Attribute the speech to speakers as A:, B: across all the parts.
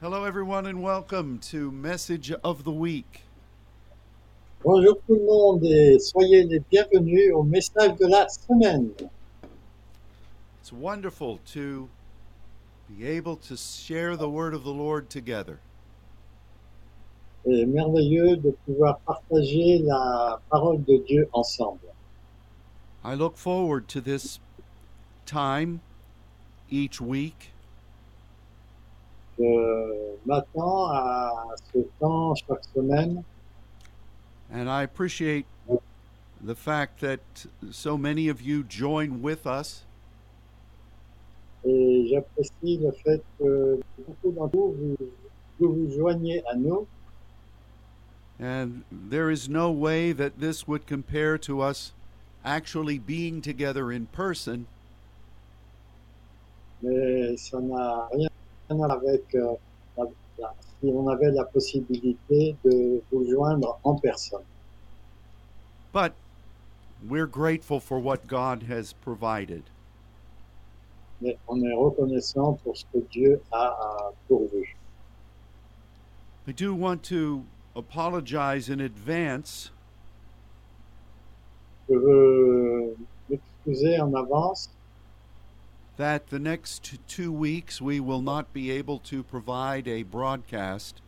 A: Hello, everyone, and welcome to Message of the Week.
B: Bonjour tout le monde et soyez les bienvenus au message de la semaine.
A: It's wonderful to be able to share the word of the Lord together.
B: C'est merveilleux de pouvoir partager la parole de Dieu ensemble.
A: I look forward to this time each week
B: Je m'attends à ce temps chaque semaine
A: And I appreciate the fact that so many of you join with us
B: et j'apprécie le fait que beaucoup d'entre vous, vous vous vous joignez à nous
A: and there is no way that this would compare to us actually being together in person
B: mais ça n'a rien à voir avec euh, la- la- si on avait la possibilité de vous joindre en personne.
A: but we're grateful for what God has provided
B: Mais on est reconnaissant pour ce que Dieu a euh, pourvu.
A: I do want to apologize in advance
B: Je veux m'excuser en avance
A: that the next two weeks we will not be able to provide a broadcast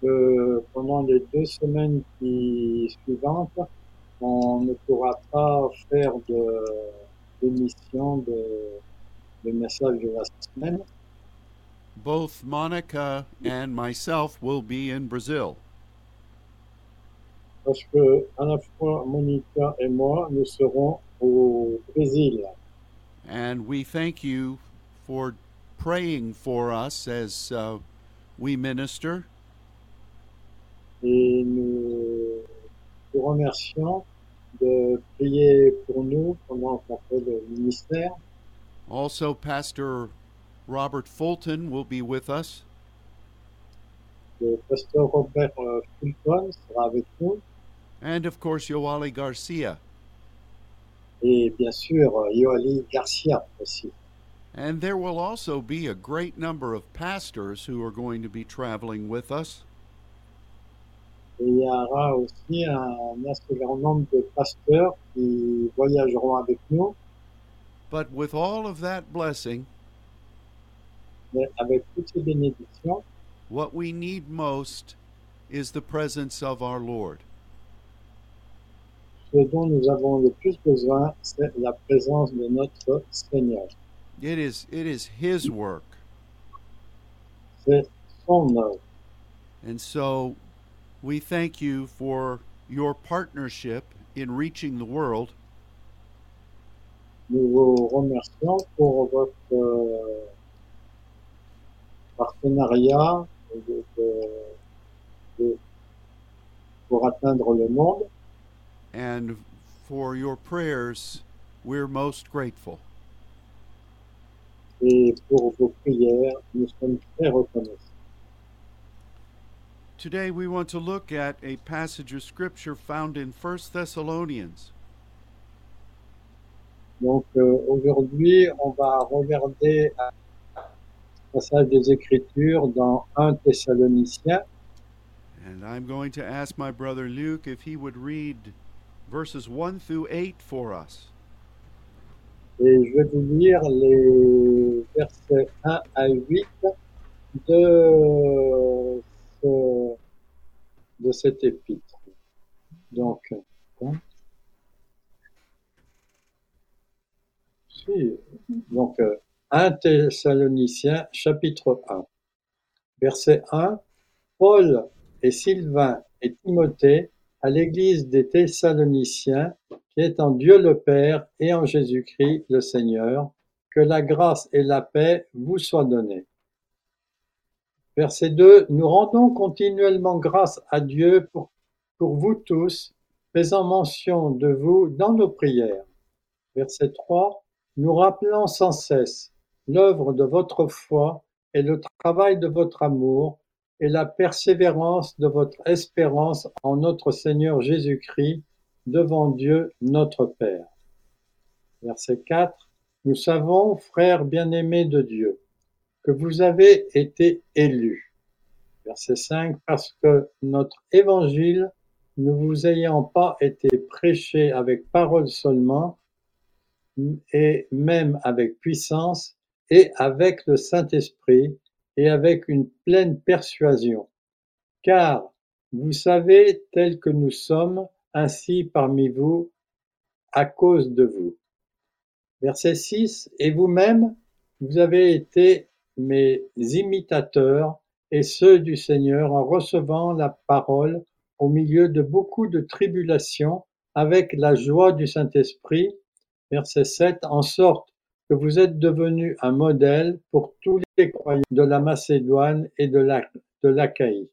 B: que pendant les deux semaines qui suivantes, on ne pourra pas faire de d'émission de, de message de la semaine.
A: both Monica and myself will be in Brazil
B: parce que à la fois Monica et moi, nous serons au Brésil.
A: And we thank you for praying for us as uh, we minister.
B: Et nous vous remercions de prier pour nous pendant qu'on fait le ministère.
A: Also, Pastor Robert Fulton will be with us.
B: Le pasteur Robert euh, Fulton sera avec nous.
A: And of course, Yoali Garcia.
B: Et bien sûr, euh, Yoali Garcia aussi.
A: And there will also be a great number of pastors who are going to be traveling with us.
B: Et il y aura aussi un assez grand nombre de pasteurs qui voyageront avec nous.
A: But with all of that blessing,
B: Mais avec toutes ces bénédictions,
A: what we need most is the presence of our Lord.
B: ce dont nous avons le plus besoin, c'est la présence de notre Seigneur.
A: It is, it is His work.
B: C'est son œuvre.
A: And so we thank you for your partnership in reaching the world.
B: Nous vous remercions pour votre euh, partenariat de- de- de- pour atteindre le monde.
A: And for your prayers, we're most grateful.
B: et pour vos prières. Nous sommes très reconnaissants.
A: Today we want to look at a passage of scripture found in 1 Thessalonians.
B: Donc euh, aujourd'hui, on va regarder le passage des Écritures dans 1 Thessalonicien
A: And I'm going to ask my brother Luke if he would read verses 1 through 8 for us.
B: et je vais vous lire les versets 1 à 8 de, ce- de cet épître. Donc, hein. Si. donc euh, 1 Thessaloniciens chapitre 1, verset 1, Paul et Sylvain et Timothée à l'église des Thessaloniciens qui est en Dieu le Père et en Jésus-Christ le Seigneur, que la grâce et la paix vous soient données. Verset 2. Nous rendons continuellement grâce à Dieu pour, pour vous tous, faisant mention de vous dans nos prières. Verset 3. Nous rappelons sans cesse l'œuvre de votre foi et le travail de votre amour et la persévérance de votre espérance en notre Seigneur Jésus-Christ devant Dieu notre Père. Verset 4. Nous savons, frères bien-aimés de Dieu, que vous avez été élus. Verset 5, parce que notre évangile ne vous ayant pas été prêché avec parole seulement, et même avec puissance, et avec le Saint-Esprit, et avec une pleine persuasion. Car vous savez, tels que nous sommes, ainsi parmi vous, à cause de vous. Verset 6, et vous-même, vous avez été mes imitateurs et ceux du Seigneur en recevant la parole au milieu de beaucoup de tribulations avec la joie du Saint-Esprit. Verset 7, en sorte que vous êtes devenu un modèle pour tous les croyants de la Macédoine et de l'Achaïe. La, de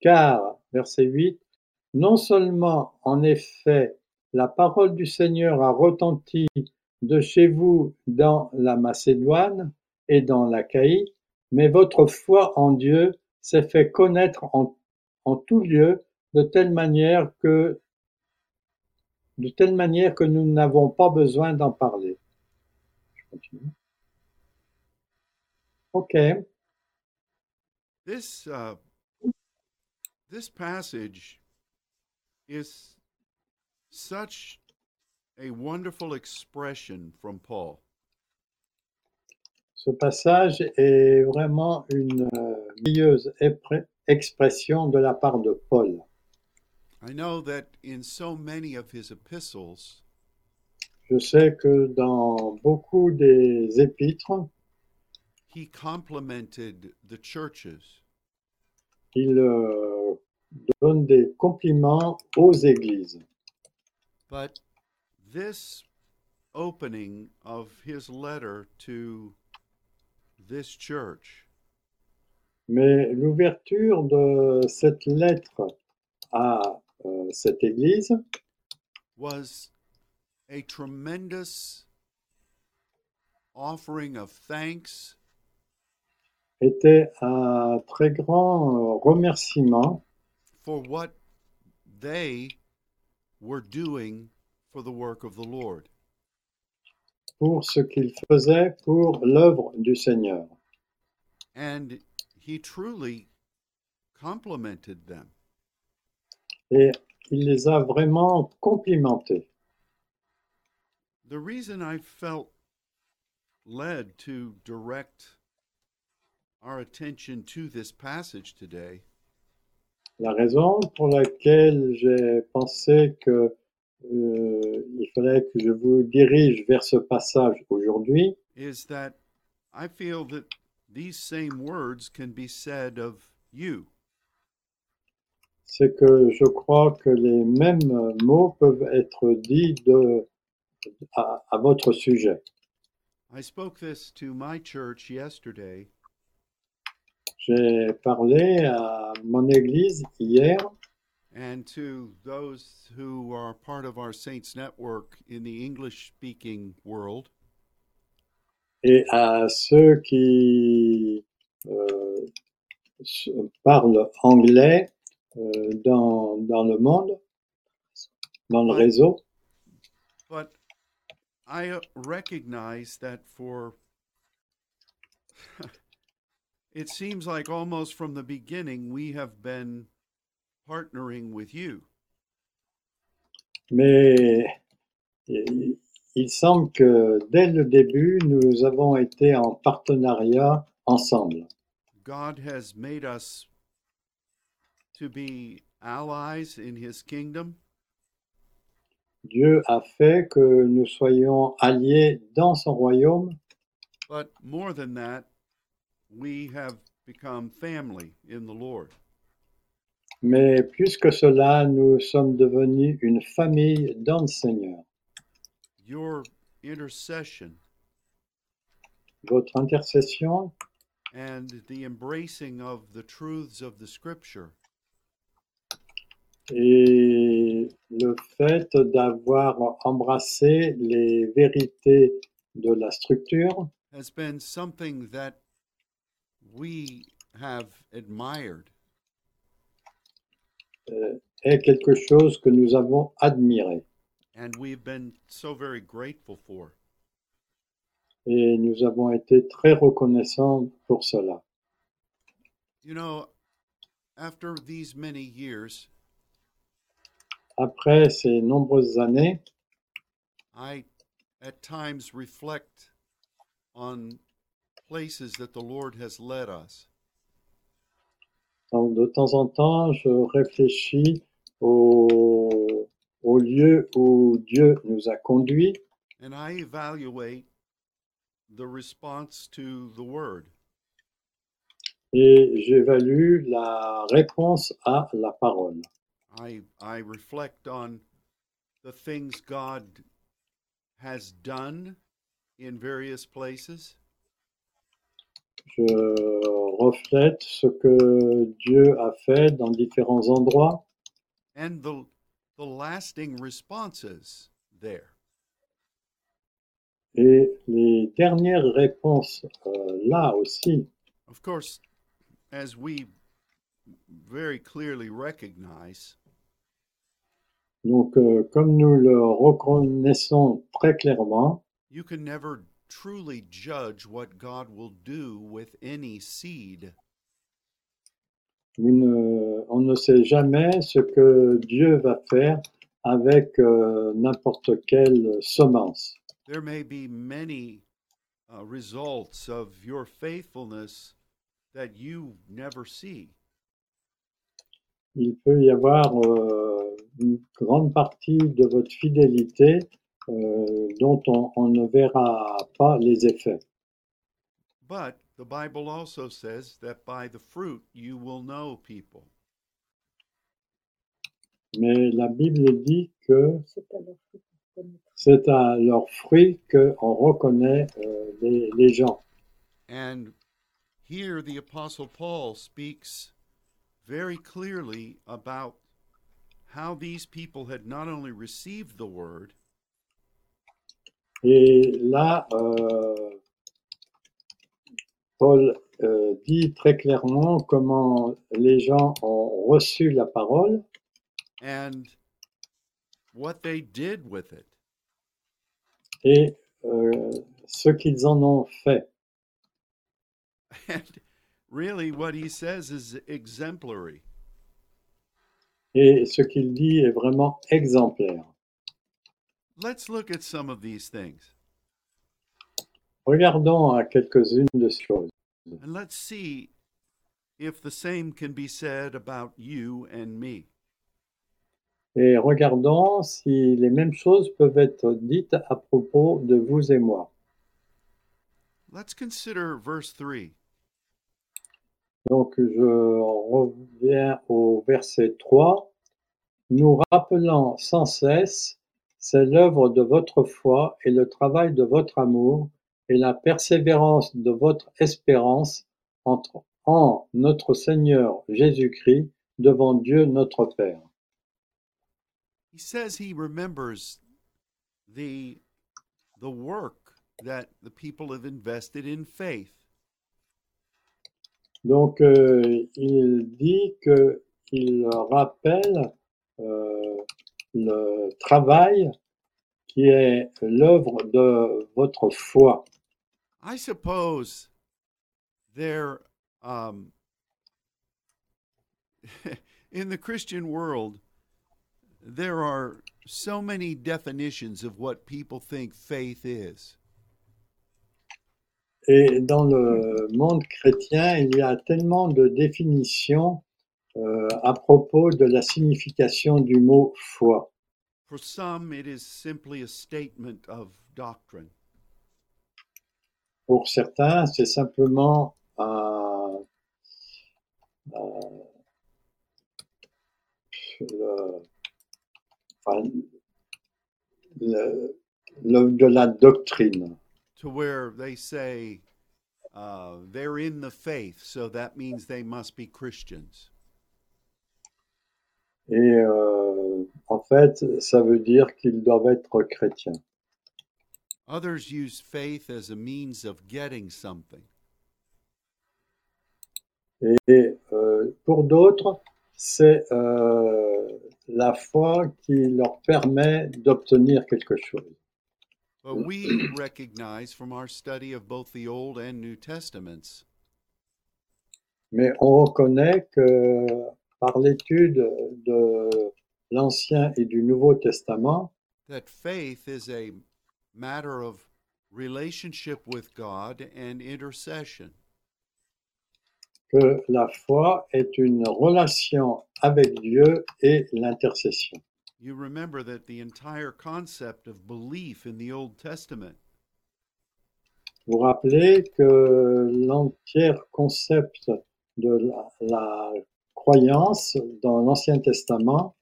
B: Car, verset 8, non seulement en effet la parole du Seigneur a retenti de chez vous dans la Macédoine et dans l'Achaïe, mais votre foi en Dieu s'est fait connaître en, en, tout lieu de telle manière que de telle manière que nous n'avons pas besoin d'en parler. Je continue. OK.
A: This, uh, this passage is such a wonderful expression from Paul.
B: Ce passage est vraiment une merveilleuse expression de la part de Paul.
A: I know that in so many of his epistles,
B: Je sais que dans beaucoup des épîtres,
A: he complimented the churches.
B: il euh, donne des compliments aux églises.
A: But this opening of his letter to this church
B: Mais l'ouverture de cette lettre à euh, cette église
A: was a tremendous offering of thanks
B: était un très grand euh, remerciement
A: for what they were doing for the work of the Lord.
B: pour ce qu'il faisait pour l'œuvre du Seigneur.
A: And he truly complimented them.
B: Et il les a vraiment complimentés.
A: The reason I felt led to direct our attention to this passage today
B: La raison pour laquelle j'ai pensé que euh, il fallait que je vous dirige vers ce passage aujourd'hui,
A: is that I feel that these same words can be said of you.
B: c'est que je crois que les mêmes mots peuvent être dits de- à- à votre sujet.
A: I spoke this to my church yesterday,
B: J'ai parlé à mon église hier
A: and to those who are part of our Saints Network in the English speaking world,
B: et à ceux qui euh, s- parlent anglais euh, dans, dans le monde, dans le réseau.
A: but I uh, recognize that for it seems like almost from the beginning we have been partnering with you.
B: Mais il il semble que dès le début, nous avons été en partenariat ensemble.
A: God has made us to be allies in his kingdom,
B: Dieu a fait que nous soyons alliés dans son royaume
A: but more than that, we have become family in the Lord.
B: Mais plus que cela, nous sommes devenus une famille dans le Seigneur.
A: Your intercession
B: Votre intercession
A: and the embracing of the truths of the scripture
B: et le fait d'avoir embrassé les vérités de la structure
A: has been something that we have admired.
B: euh, est quelque chose que nous avons admiré
A: And we've been so very grateful for.
B: et nous avons été très reconnaissants pour cela.
A: You know, after these many years,
B: Après ces nombreuses années,
A: I at times reflect on places that the Lord has led us.
B: dans- de temps en temps, je réfléchis au, au lieu où Dieu nous a conduits
A: And I evaluate the response to the word.
B: et j'évalue la réponse à la parole.
A: I, I reflect on the things God has done in various places.
B: Je reflète ce que Dieu a fait dans différents endroits
A: and the the lasting responses there.
B: et les dernières réponses euh, là aussi.
A: Of course, as we very clearly recognize,
B: Donc, euh, comme nous le reconnaissons très clairement,
A: you can never truly judge what God will do with any seed.
B: Nous ne- on ne sait jamais ce que Dieu va faire avec euh, n'importe quelle semence.
A: There may be many uh, results of your faithfulness that you never see.
B: Il peut y avoir euh, une grande partie de votre fidélité euh, dont on, on ne verra pas les effets.
A: But the Bible also says that by the fruit you will know people.
B: Mais la Bible dit que c'est à leurs fruits qu'on reconnaît euh, les- les gens.
A: And here the Apostle Paul speaks very clearly about how these people had not only received the word,
B: Et là, euh, Paul euh, dit très clairement comment les gens ont reçu la parole
A: and what they did with it.
B: et euh, ce qu'ils en ont fait.
A: And really, what he says is exemplary.
B: Et ce qu'il dit est vraiment exemplaire.
A: Let's look at some of these things
B: Regardons à quelques-unes de ces choses
A: and let's see if the same can be said about you and me.
B: et regardons si les mêmes choses peuvent être dites à propos de vous et moi.
A: Let's consider verse 3.
B: Donc, je reviens au verset 3. Nous rappelant sans cesse, c'est l'œuvre de votre foi et le travail de votre amour et la persévérance de votre espérance entre, en notre Seigneur Jésus-Christ devant Dieu notre Père.
A: he says he remembers the the work that the people have invested in faith
B: Donc, euh, il dit que il rappelle euh, le travail qui est l'œuvre de votre foi.
A: i suppose there um in the christian world there are so many definitions of what people think faith is
B: Et dans le monde chrétien, il y a tellement de définitions euh, à propos de la signification du mot foi.
A: for some it is simply a statement of doctrine
B: Pour certains, c'est simplement un, euh, un- le- enfin, le- le- de la doctrine.
A: to where they say uh, they're in the faith so that means they must be christians
B: Et euh, en fait, ça veut dire qu'ils doivent être chrétiens.
A: Others use faith as a means of getting something.
B: Et euh, pour d'autres, c'est euh, la foi qui leur permet d'obtenir quelque chose.
A: But we recognize from our study of both the Old and New Testaments
B: Mais on reconnaît que par l'étude de l'Ancien et du Nouveau Testament,
A: that faith is a matter of relationship with God and intercession.
B: que la foi est une relation avec Dieu et l'intercession.
A: You remember that the entire concept of belief in the Old Testament
B: Vous rappelez que l'entier concept de la, la croyance dans l'Ancien Testament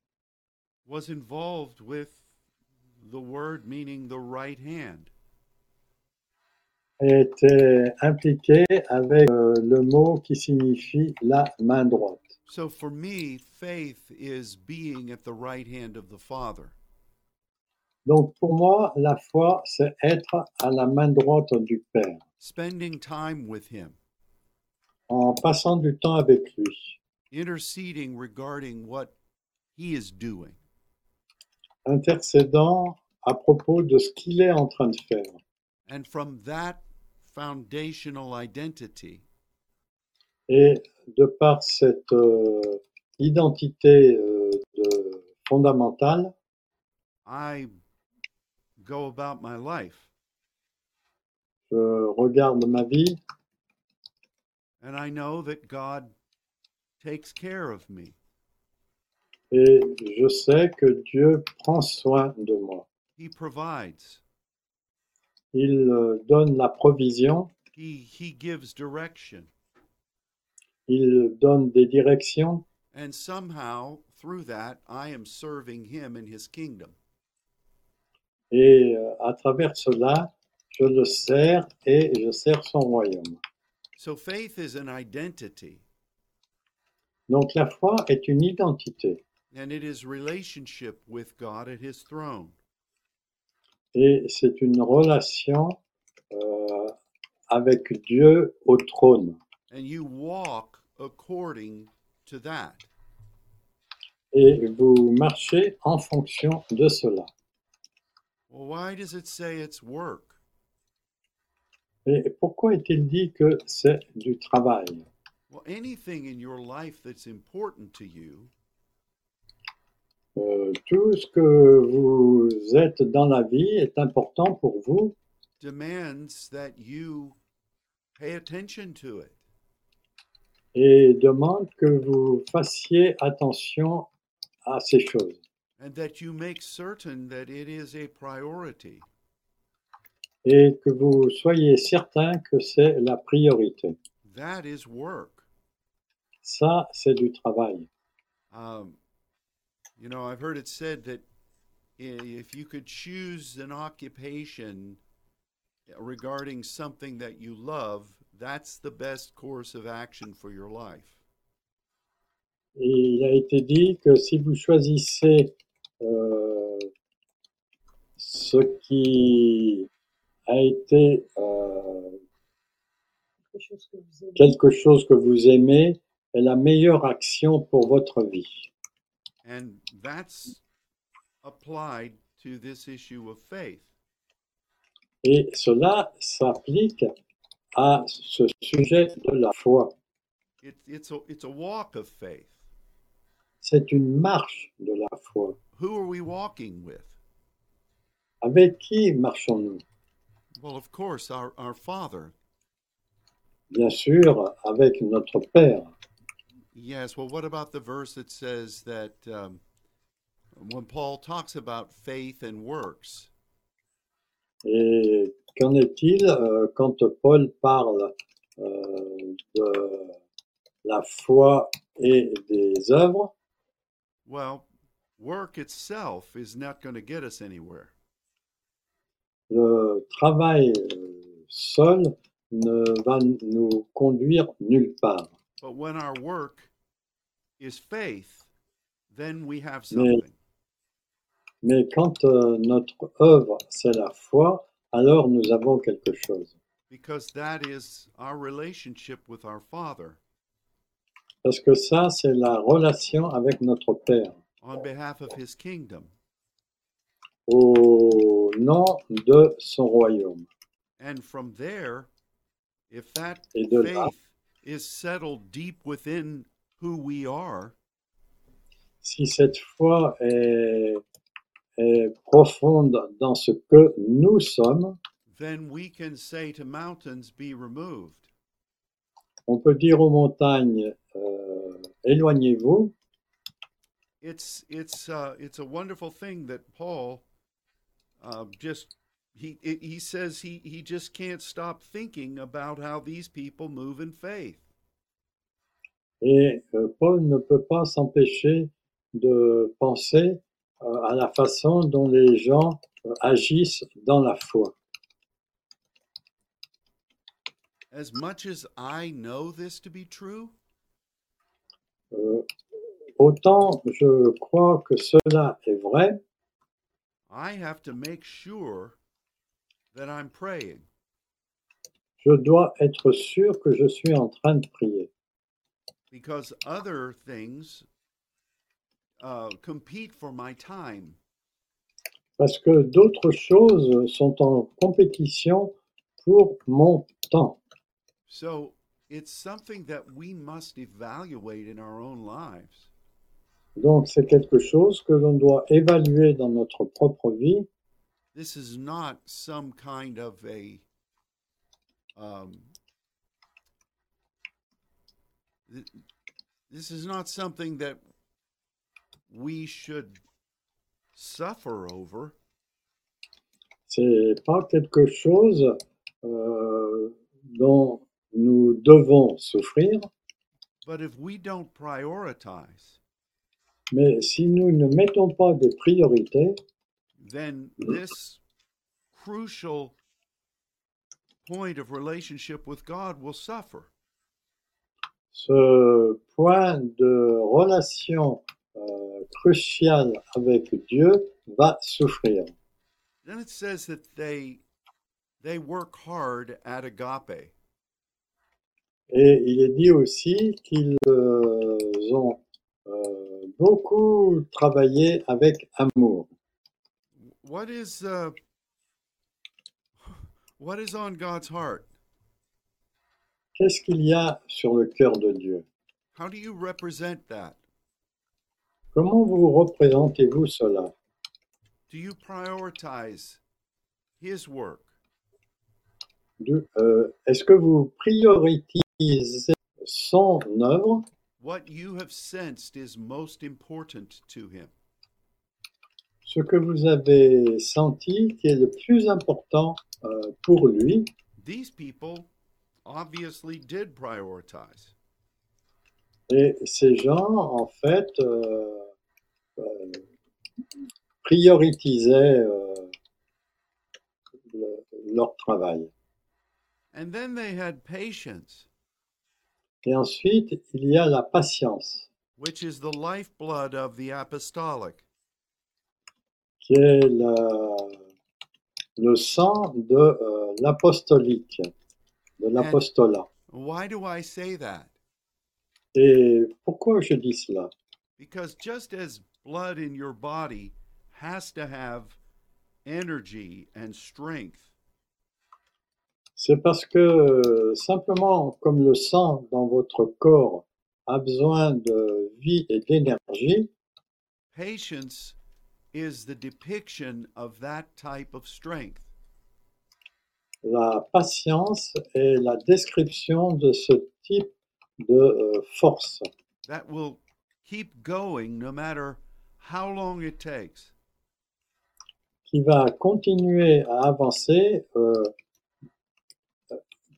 A: was involved with the word meaning the right hand.
B: était impliqué avec euh, le mot qui signifie la main droite.
A: So for me, faith is being at the right hand of the Father.
B: Donc pour moi, la foi, c'est être à la main droite du Père,
A: spending time with him,
B: en passant du temps avec lui,
A: interceding regarding what he is doing.
B: intercédant à propos de ce qu'il est en train de faire.
A: And from that foundational identity,
B: Et de par cette euh, identité euh, de- fondamentale,
A: I go about my life
B: je regarde ma vie
A: and I know that God takes care of me.
B: et je sais que Dieu prend soin de moi.
A: He provides.
B: Il euh, donne la provision,
A: He he gives direction.
B: il donne des directions
A: And somehow through that I am serving him in his kingdom.
B: et euh, à travers cela, je le sers et je sers son royaume.
A: So faith is an identity
B: Donc la foi est une identité
A: and it is relationship with God at his throne.
B: et c'est une relation euh, avec Dieu au trône.
A: and you walk according to that.
B: et vous marchez en fonction de cela.
A: Well, why does it say it's work?
B: Et pourquoi est-il dit que c'est du travail
A: Well, anything in your life that's important to you
B: Euh, Tout ce que vous êtes dans la vie est important pour vous
A: demands that you pay attention to it.
B: et demande que vous fassiez attention à ces choses
A: And that you make certain that it is a priority.
B: et que vous soyez certain que c'est la priorité.
A: That is work.
B: Ça, c'est du travail.
A: Um, you know, I've heard it said that i- if you could choose an occupation regarding something that you love, that's the best course of action for your life.
B: Et il a été dit que si vous choisissez euh, ce qui a été euh,
C: quelque chose que vous aimez.
B: quelque chose que vous aimez, est la meilleure action pour votre vie.
A: And that's applied to this issue of faith.
B: Et cela s'applique à ce sujet de la foi.
A: It, it's, a, it's a walk of faith.
B: C'est une marche de la foi.
A: Who are we walking with?
B: Avec qui marchons-nous
A: Well, of course, our, our Father.
B: Bien sûr, avec notre Père.
A: Yes, well, what about the verse that says that um, when Paul talks about faith and works,
B: Et qu'en est-il euh, quand Paul parle euh, de la foi et des œuvres
A: Well, work itself is not going to get us anywhere.
B: Le travail euh, seul ne va nous conduire nulle part.
A: But when our work is faith, then we have
B: Mais-
A: something.
B: Mais quand euh, notre œuvre, c'est la foi, alors nous avons quelque chose.
A: Because that is our relationship with our Father
B: Parce que ça, c'est la relation avec notre Père
A: on behalf of His kingdom.
B: au au nom de son royaume.
A: And from there, if that
B: Et de là,
A: faith is settled deep within who we are,
B: si cette foi est, est profonde dans ce que nous sommes,
A: then we can say to mountains, Be removed.
B: on peut dire aux montagnes, euh, éloignez-vous.
A: It's, it's, uh, it's a wonderful thing that Paul uh, just. He, he says he, he just can't stop thinking about how these people move in faith.
B: Et euh, Paul ne peut pas s'empêcher de penser euh, à la façon dont les gens euh, agissent dans la foi.
A: As much as I know this to be true,
B: Euh, autant je crois que cela est vrai,
A: I have to make sure that I'm praying.
B: je dois être sûr que je suis en train de prier.
A: because other things uh, compete for my time.
B: Parce que d'autres choses sont en compétition pour mon temps.
A: So it's something that we must evaluate in our own lives.
B: Donc c'est quelque chose que l'on doit évaluer dans notre propre vie.
A: This is not some kind of a um, th- this is not something that we should suffer over.
B: C'est pas quelque chose euh, dont nous devons souffrir,
A: But if we don't prioritize,
B: mais si nous ne mettons pas des priorités,
A: then this crucial point of relationship with God will suffer.
B: ce point de relation euh, cruciale avec Dieu va souffrir.
A: Then it says that they they work hard at agape.
B: Et il est dit aussi qu'ils euh, ont euh, beaucoup travaillé avec amour.
A: What is uh, what is on God's heart?
B: Qu'est-ce qu'il y a sur le cœur de Dieu
A: How do you represent that?
B: Comment vous représentez-vous cela
A: Do you prioritize His work?
B: Du- euh, Est-ce que vous priorisez son œuvre
A: What you have sensed is most important to Him.
B: Ce que vous avez senti qui est le plus important euh, pour lui
A: These people obviously did prioritize.
B: Et ces gens, en fait, euh, euh, prioritisaient euh, le- leur travail.
A: And then they had patience,
B: Et ensuite, il y a la patience,
A: which is the lifeblood of the apostolic.
B: qui est la- le sang de euh, l'apostolique, de l'apostolat.
A: Why do I say that?
B: Et pourquoi je dis cela
A: Because just as blood in your body has to have energy and strength,
B: C'est parce que euh, simplement comme le sang dans votre corps a besoin de vie et d'énergie,
A: patience is the depiction of that type of strength.
B: la patience est la description de ce type de euh, force
A: That will keep going no matter how long it takes.
B: qui va continuer à avancer euh,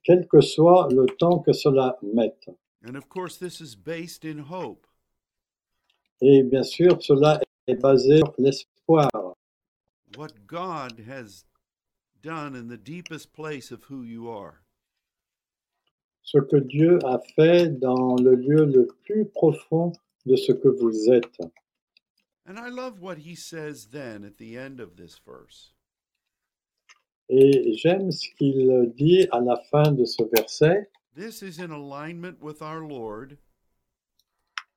B: quel que soit le temps que cela mette.
A: And of course, this is based in hope.
B: Et bien sûr, cela est basé sur l'espoir.
A: What God has done in the deepest place of who you are.
B: Ce que Dieu a fait dans le lieu le plus profond de ce que vous êtes.
A: And I love what he says then at the end of this verse.
B: Et j'aime ce qu'il dit à la fin de ce verset.
A: This is in alignment with our Lord,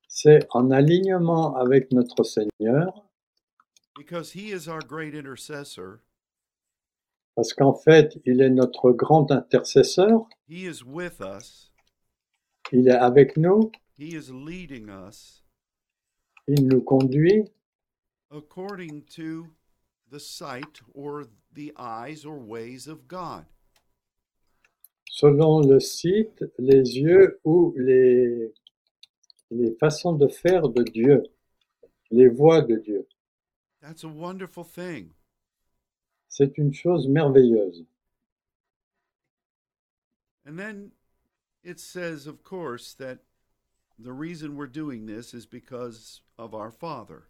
B: C'est en alignement avec notre Seigneur
A: because he is our great intercessor,
B: parce qu'en fait, il est notre grand intercesseur,
A: He is with us.
B: il est avec nous,
A: He is leading us
B: il nous conduit
A: according to the sight or the eyes or ways of God.
B: selon le site, les yeux ou les, les façons de faire de Dieu, les voies de Dieu.
A: That's a wonderful thing.
B: C'est une chose merveilleuse.
A: And then it says, of course, that the reason we're doing this is because of our Father.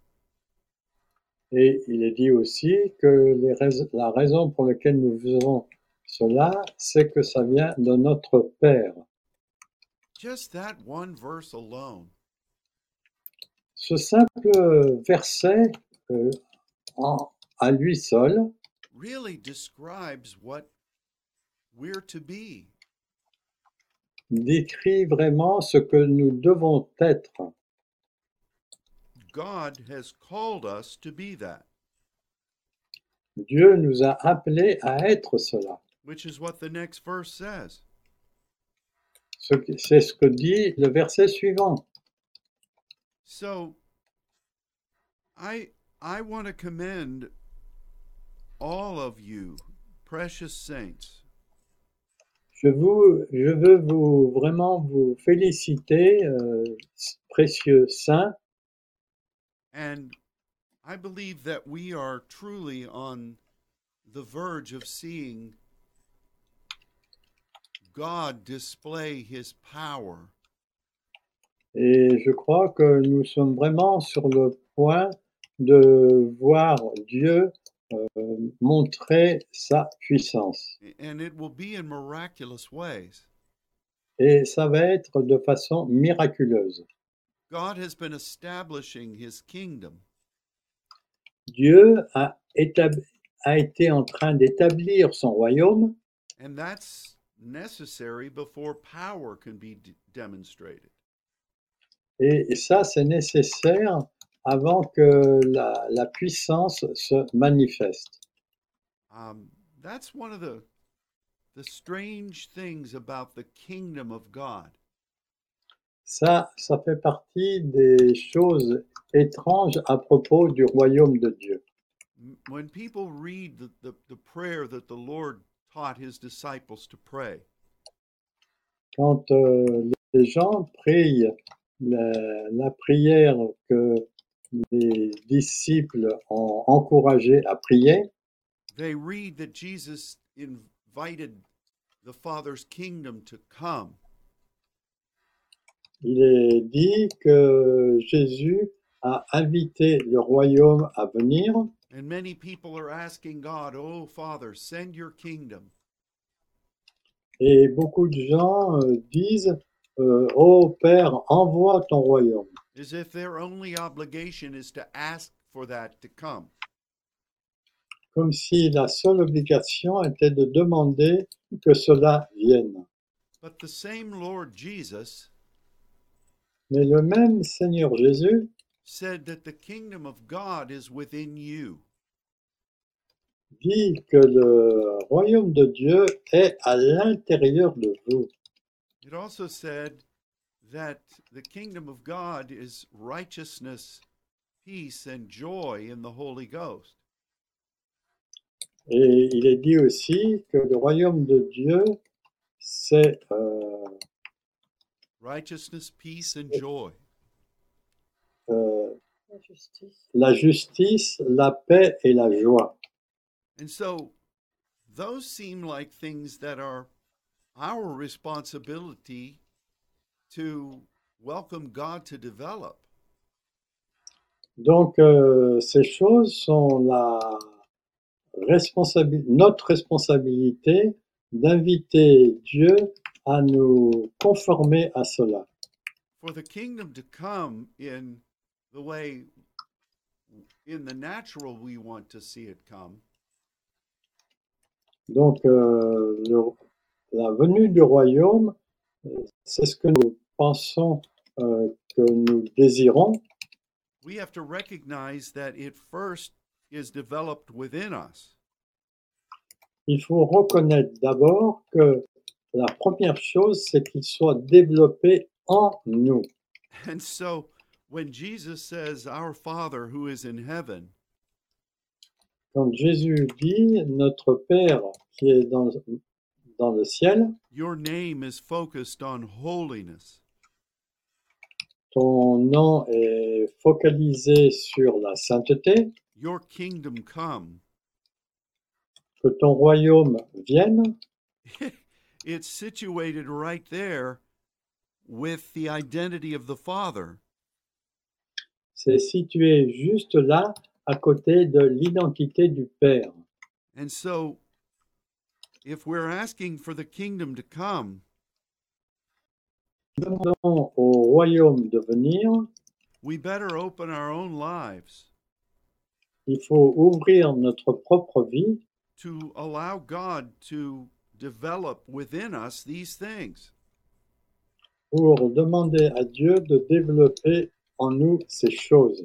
B: Et il est dit aussi que les rais- la raison pour laquelle nous faisons cela, c'est que ça vient de notre Père.
A: Just that one verse alone
B: Ce simple verset, euh, en- à lui seul,
A: really describes what we're to be.
B: décrit vraiment ce que nous devons être.
A: God has called us to be that,
B: Dieu nous a appelés à être cela.
A: which is what the next verse says.
B: Ce qui- C'est ce que dit le verset suivant.
A: So I I want to commend all of you, precious saints,
B: Je, vous, je veux vous vraiment vous féliciter, euh, précieux saints,
A: and I believe that we are truly on the verge of seeing God display his power
B: et je crois que nous sommes vraiment sur le point de voir Dieu euh, montrer sa puissance.
A: and it will be in miraculous ways.
B: Et ça va être de façon miraculeuse.
A: God has been establishing his kingdom
B: Dieu a, étab- a été en train d'établir son royaume
A: and that's necessary before power can be d- demonstrated.
B: et ça c'est nécessaire avant que la, la puissance se manifeste.
A: Um, that's one of the the strange things about the kingdom of God.
B: Ça, ça fait partie des choses étranges à propos du royaume de Dieu.
A: M- When people read the, the, the prayer that the Lord taught his disciples to pray,
B: Quand euh, les gens prient la, la prière que les disciples ont encouragé à prier,
A: they read that Jesus invited the Father's kingdom to come.
B: il est dit que Jésus a invité le royaume à venir
A: And many people are asking God, Oh, Father, send your kingdom.
B: et beaucoup de gens euh, disent euh, Ô Père, envoie ton royaume
A: as if their only obligation is to ask for that to come. ».
B: comme si la seule obligation était de demander que cela vienne.
A: But the same Lord Jesus
B: Mais le même Seigneur Jésus
A: said that the kingdom of God is within you.
B: dit que le royaume de Dieu est à l'intérieur de vous.
A: It also said that the kingdom of God is righteousness, peace, and joy in the Holy Ghost.
B: Et il est dit aussi que le royaume de Dieu, c'est euh,
A: Righteousness, peace, and joy.
B: euh,
C: la justice.
B: la justice, la paix et la joie.
A: And so those seem like things that are our responsibility to welcome God to develop.
B: Donc euh, ces choses sont la responsabil- notre responsabilité d'inviter Dieu à nous conformer à cela.
A: for the kingdom to come in the way in the natural we want to see it come
B: Donc euh, le- la venue du royaume, euh, c'est ce que nous pensons euh, que nous désirons,
A: we have to recognize that it first is developed within us
B: il faut reconnaître d'abord que la première chose, c'est qu'il soit développé en nous.
A: And so when Jesus says, Our Father who is in heaven,
B: Quand Jésus dit Notre Père qui est dans, dans le ciel,
A: your name is focused on holiness.
B: ton nom est focalisé sur la sainteté,
A: Your kingdom come.
B: que ton royaume vienne,
A: it's situated right there with the identity of the Father.
B: c'est situé juste là, à côté de l'identité du Père.
A: And so, if we're asking for the kingdom to come,
B: Demandons au royaume de venir,
A: we better open our own lives
B: il faut ouvrir notre propre vie
A: to allow God to develop within us these things.
B: pour demander à Dieu de développer en nous ces choses.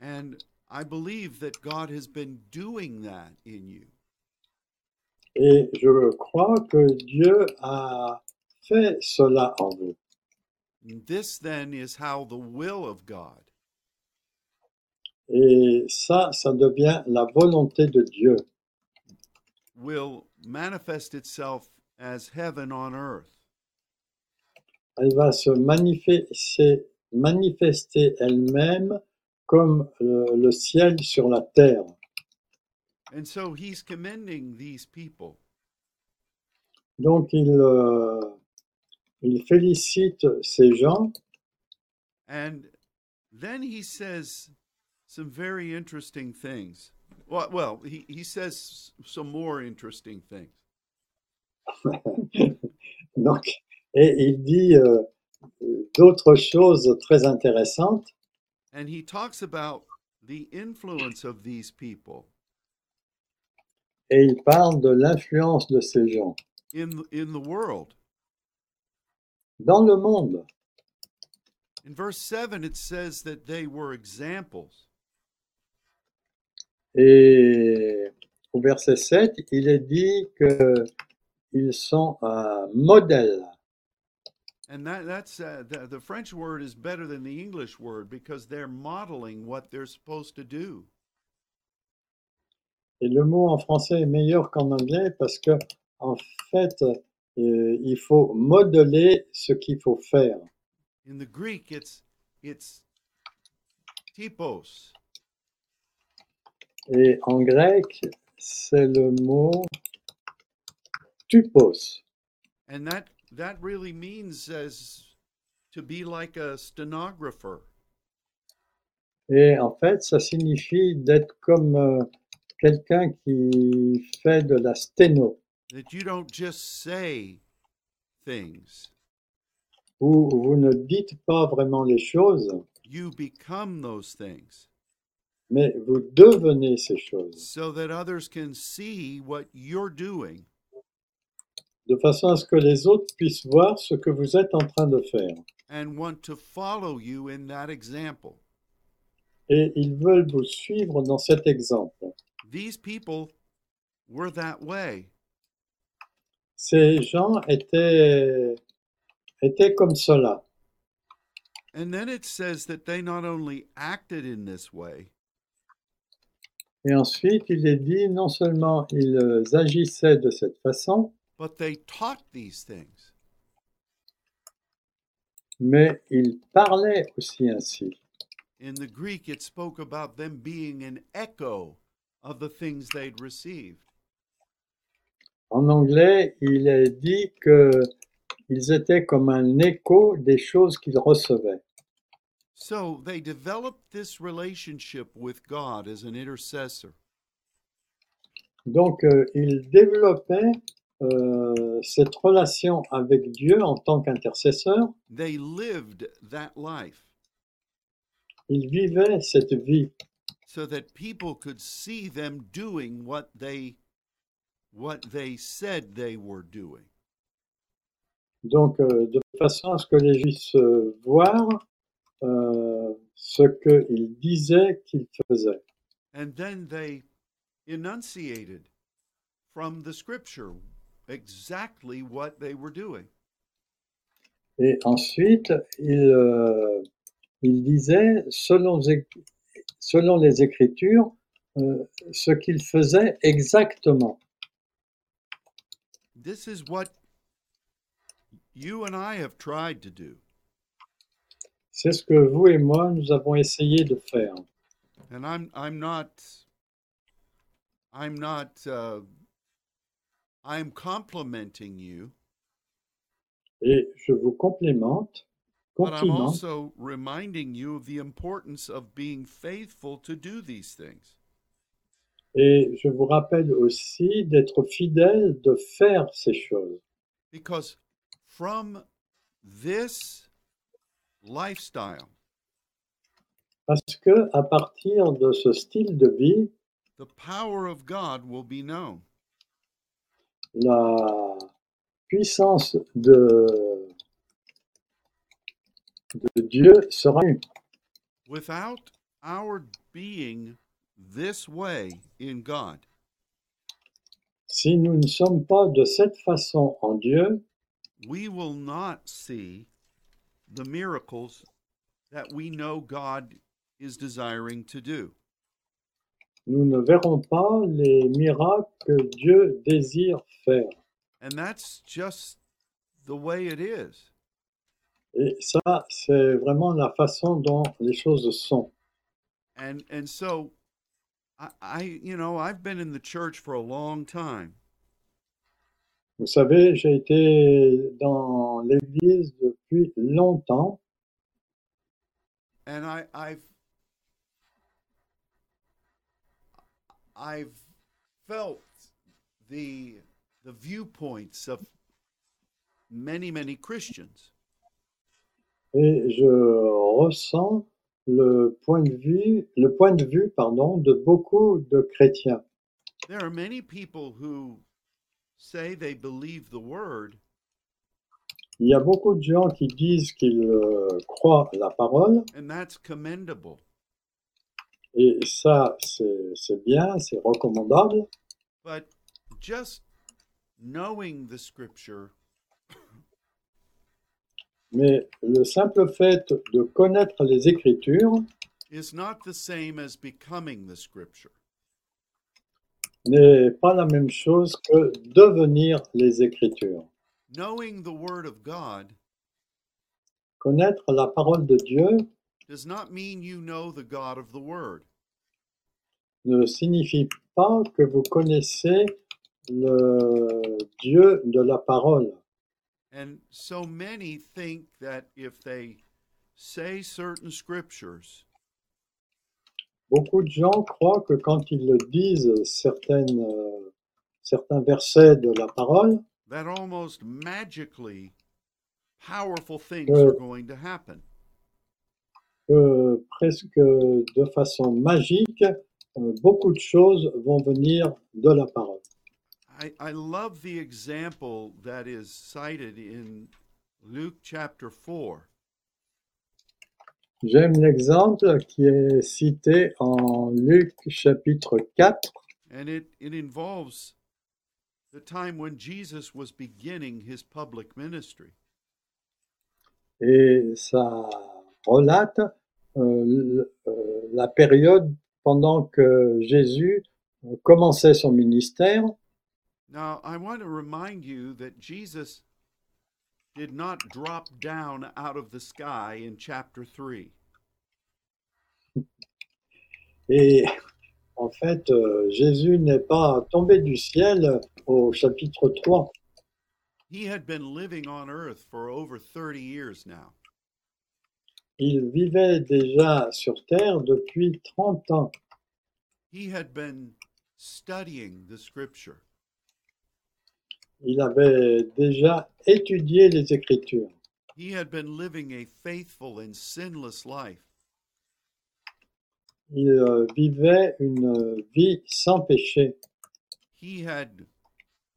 A: And I believe that God has been doing that in you.
B: Et je crois que Dieu a fait cela en vous.
A: This then is how the will of God
B: Et ça, ça devient la volonté de Dieu.
A: will manifest itself as heaven on earth.
B: Elle va se manifester, manifester elle-même comme euh, le ciel sur la terre.
A: And so he's commending these people.
B: Donc il, euh, il félicite ces gens
A: And then he says some very interesting things. Well, well he, he says some more interesting things.
B: Donc, et il dit euh, d'autres choses très intéressantes.
A: And he talks about the influence of these people
B: Et il parle de l'influence de ces gens
A: in, in the world.
B: dans le monde.
A: In verse 7, it says that they were examples.
B: Et au verset 7, il est dit qu'ils sont un modèle.
A: And that, that's uh, the, the French word is better than the English word because they're modeling what they're supposed to do.
B: Et le mot en français est meilleur qu'en anglais parce que, en fait, euh, il faut modeler ce qu'il faut faire.
A: In the Greek, it's, it's typos.
B: Et en grec, c'est le mot tupos.
A: and that that really means as to be like a stenographer
B: Et en fait, ça signifie d'être comme euh, quelqu'un qui fait de la sténo,
A: that you don't just say things
B: où vous ne dites pas vraiment les choses,
A: you become those things
B: mais vous devenez ces choses,
A: so that others can see what you're doing
B: de façon à ce que les autres puissent voir ce que vous êtes en train de faire.
A: and want to follow you in that example
B: Et ils veulent vous suivre dans cet exemple.
A: these people were that way
B: Ces gens étaient, étaient comme cela.
A: and then it says that they not only acted in this way
B: Et ensuite, il est dit, non seulement ils agissaient de cette façon,
A: but they taught these things
B: mais ils parlaient aussi ainsi.
A: In the Greek, it spoke about them being an echo of the things they'd received.
B: En anglais, il est dit que ils étaient comme un écho des choses qu'ils recevaient.
A: So they developed this relationship with God as an intercessor.
B: Donc, euh, ils développaient euh, cette relation avec Dieu en tant qu'intercesseur.
A: They lived that life
B: Ils vivaient cette vie
A: so that people could see them doing what they what they said they were doing.
B: Donc, euh, de façon à ce que les Juifs se voient euh, ce qu'ils disaient qu'ils faisaient.
A: And then they enunciated from the scripture exactly what they were doing.
B: Et ensuite, il, euh, il disait, selon, selon les Écritures, euh, ce qu'il faisait exactement.
A: This is what you and I have tried to do.
B: C'est ce que vous et moi, nous avons essayé de faire.
A: And I'm I'm not I'm not uh, I'm complimenting you,
B: Et je vous complimente,
A: but I'm
B: complimente,
A: also reminding you of the importance of being faithful to do these things.
B: et je vous rappelle aussi d'être fidèle, de faire ces choses.
A: Because from this lifestyle,
B: Parce que à partir de ce style de vie,
A: the power of God will be known.
B: la puissance de, de Dieu sera nue.
A: Without our being this way in God,
B: Si nous ne sommes pas de cette façon en Dieu,
A: we will not see the miracles that we know God is desiring to do.
B: nous ne verrons pas les miracles que Dieu désire faire.
A: And that's just the way it is.
B: Et ça, c'est vraiment la façon dont les choses sont.
A: And and so I, I you know, I've been in the church for a long time.
B: Vous savez, j'ai été dans l'Église depuis longtemps
A: And I, I've I've felt the the viewpoints of many, many Christians.
B: et je ressens le point de vue, le point de vue, pardon, de beaucoup de chrétiens.
A: There are many people who say they believe the word,
B: Il y a beaucoup de gens qui disent qu'ils euh, croient la parole
A: and that's commendable.
B: et ça, c'est c'est bien, c'est recommandable.
A: But just knowing the scripture
B: Mais le simple fait de connaître les Écritures
A: is not the same as becoming the scripture.
B: n'est pas la même chose que devenir les Écritures.
A: Knowing the word of God
B: Connaître la parole de Dieu
A: does not mean you know the God of the word.
B: ne signifie pas que vous connaissez le Dieu de la parole.
A: And so many think that if they say certain scriptures,
B: Beaucoup de gens croient que quand ils disent certaines, euh, certains versets de la parole,
A: that almost magically powerful things
B: Yeah.
A: are going to happen.
B: que presque de façon magique, euh, beaucoup de choses vont venir de la parole.
A: I, I love the example that is cited in Luke chapter 4.
B: J'aime l'exemple qui est cité en Luc chapitre 4
A: And it, it involves the time when Jesus was beginning his public ministry.
B: et ça relate euh, le- euh, la période pendant que Jésus euh, commençait son ministère.
A: Now, I want to remind you that Jesus did not drop down out of the sky in chapter 3.
B: Et en fait, euh, Jésus n'est pas tombé du ciel au chapitre 3.
A: He had been living on earth for over 30 years now.
B: Il vivait déjà sur terre depuis 30 ans.
A: He had been studying the scripture.
B: Il avait déjà étudié les Écritures.
A: He had been living a faithful and sinless life.
B: Il euh, vivait une euh, vie sans péché.
A: He had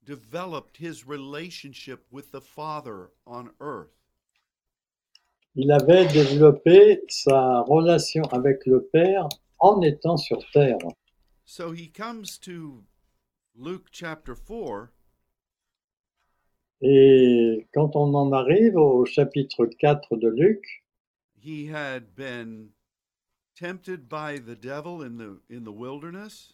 A: developed his relationship with the Father on earth.
B: Il avait développé sa relation avec le Père en étant sur terre.
A: So he comes to Luke chapter 4,
B: Et quand on en arrive au chapitre 4 de Luc,
A: he had been tempted by the devil in the in the wilderness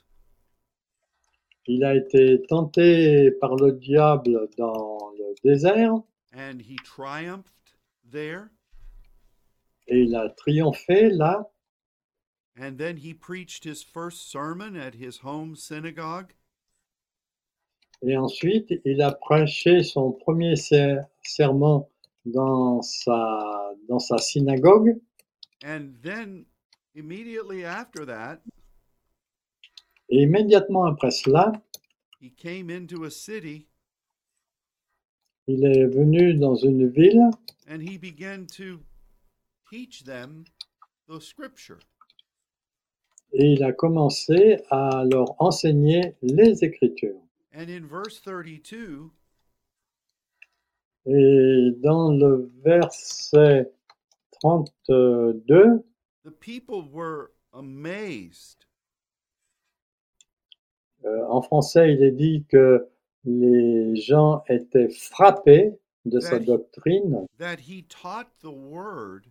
B: il a été tenté par le diable dans le désert
A: and he triumphed there
B: et il a triomphé là.
A: and then he preached his first sermon at his home synagogue
B: Et ensuite, il a prêché son premier ser- sermon dans sa, dans sa synagogue.
A: and then immediately after that
B: Et immédiatement après cela,
A: he came into a city
B: il est venu dans une ville
A: and he began to teach them the scripture
B: et il a commencé à leur enseigner les Écritures.
A: and in verse 32
B: Et dans le verset 32,
A: the people were amazed
B: euh, en français, il est dit que les gens étaient frappés de sa doctrine
A: that he taught the word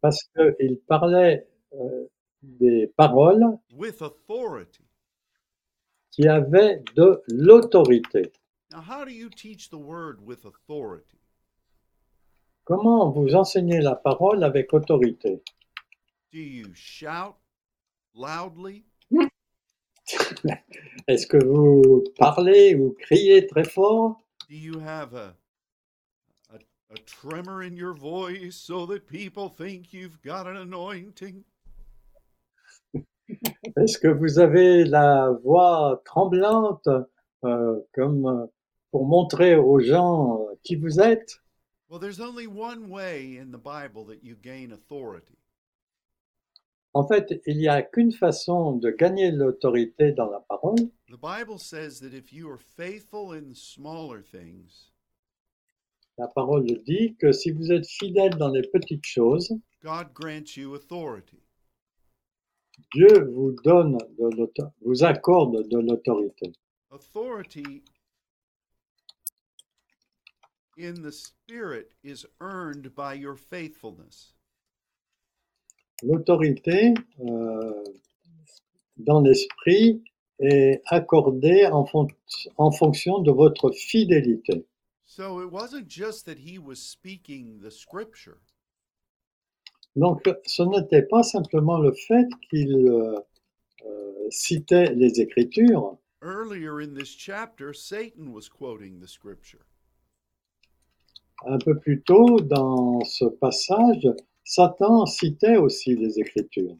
B: parce qu'il parlait euh, des paroles
A: with authority.
B: qui avaient de l'autorité.
A: Now, how do you teach the word with authority?
B: Comment vous enseignez la parole avec autorité
A: Do you shout loudly?
B: Est-ce que vous parlez ou criez très fort
A: Do you have a, a a tremor in your voice so that people think you've got an anointing?
B: Est-ce que vous avez la voix tremblante euh, comme euh, pour montrer aux gens euh, qui vous êtes
A: Well, there's only one way in the Bible that you gain authority,
B: En fait, il n'y a qu'une façon de gagner l'autorité dans la parole.
A: The Bible says that if you are faithful in smaller things,
B: La parole dit que si vous êtes fidèle dans les petites choses,
A: God grants you authority.
B: Dieu vous donne de l'auto- vous accorde de l'autorité.
A: Authority in the Spirit is earned by your faithfulness.
B: L'autorité euh, dans l'esprit est accordée en, fon- en fonction de votre fidélité.
A: So it wasn't just that he was speaking the scripture,
B: Donc, ce n'était pas simplement le fait qu'il euh, euh, citait les Écritures.
A: earlier in this chapter, Satan was quoting the scripture.
B: Un peu plus tôt dans ce passage, Satan citait aussi les Écritures.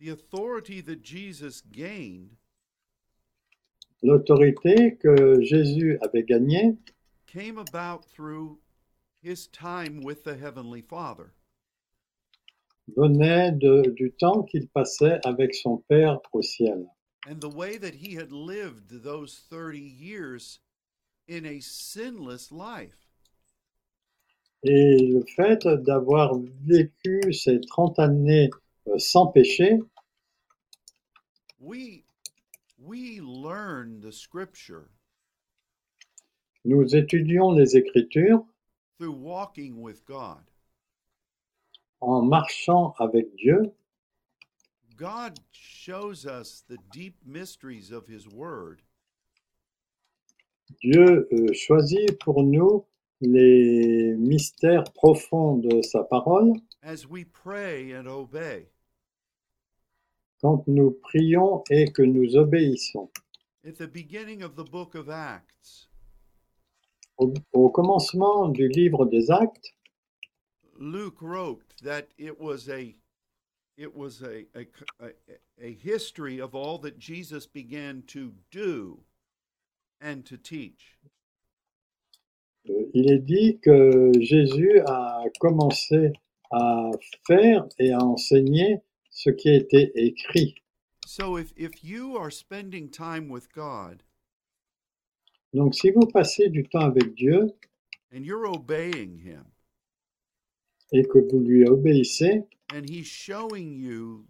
A: The authority that Jesus gained
B: L'autorité que Jésus avait gagnée
A: came about through his time with the Heavenly Father.
B: venait de- du temps qu'il passait avec son Père au ciel.
A: and the way that he had lived those 30 years in a sinless life.
B: Et le fait d'avoir vécu ces 30 années euh, sans péché,
A: We we learn the scripture
B: nous étudions les Écritures
A: through walking with God.
B: en marchant avec Dieu.
A: God shows us the deep mysteries of his word
B: Dieu euh, choisit pour nous les mystères profonds de sa parole
A: as we pray and obey.
B: quand nous prions et que nous obéissons.
A: At the beginning of the book of Acts,
B: Au, au commencement du livre des actes,
A: Luke wrote that it was a it was a a, a, a history of all that Jesus began to do and to teach.
B: euh, il est dit que Jésus a commencé à faire et à enseigner ce qui a été écrit.
A: So if if you are spending time with God
B: Donc si vous passez du temps avec Dieu
A: and you're obeying him
B: et que vous lui obéissez
A: and he's showing you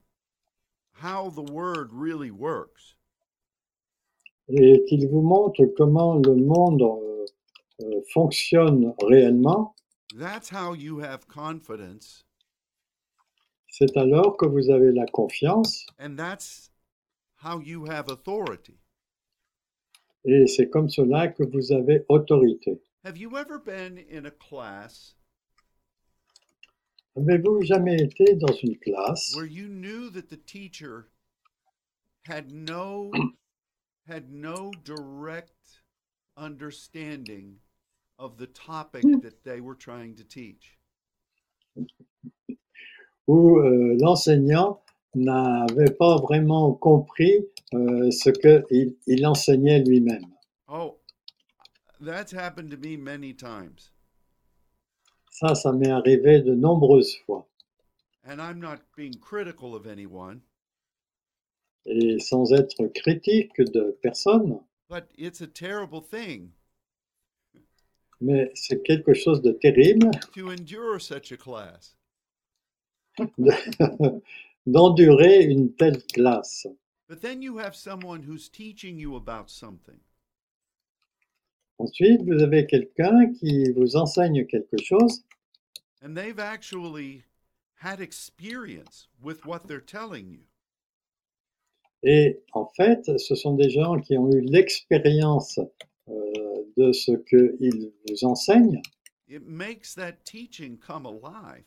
A: how the word really works,
B: et qu'il vous montre comment le monde euh, euh, fonctionne réellement,
A: That's how you have confidence,
B: c'est alors que vous avez la confiance
A: and that's how you have authority.
B: et c'est comme cela que vous avez autorité.
A: Have you ever been in a class
B: Avez-vous jamais été dans une classe
A: where you knew that the teacher had no had no direct understanding of the topic that they were trying to teach?
B: où euh, l'enseignant n'avait pas vraiment compris euh, ce qu'il il enseignait lui-même
A: Oh, that's happened to me many times.
B: Ça, ça m'est arrivé de nombreuses fois.
A: And I'm not being critical of anyone,
B: Et sans être critique de personne,
A: but it's a terrible thing
B: mais c'est quelque chose de terrible
A: to endure such a class.
B: de- d'endurer une telle classe.
A: But then you have someone who's teaching you about something,
B: Ensuite, vous avez quelqu'un qui vous enseigne quelque chose
A: and they've actually had experience with what they're telling you.
B: et en fait, ce sont des gens qui ont eu l'expérience euh, de ce qu'ils vous enseignent
A: It makes that teaching come alive.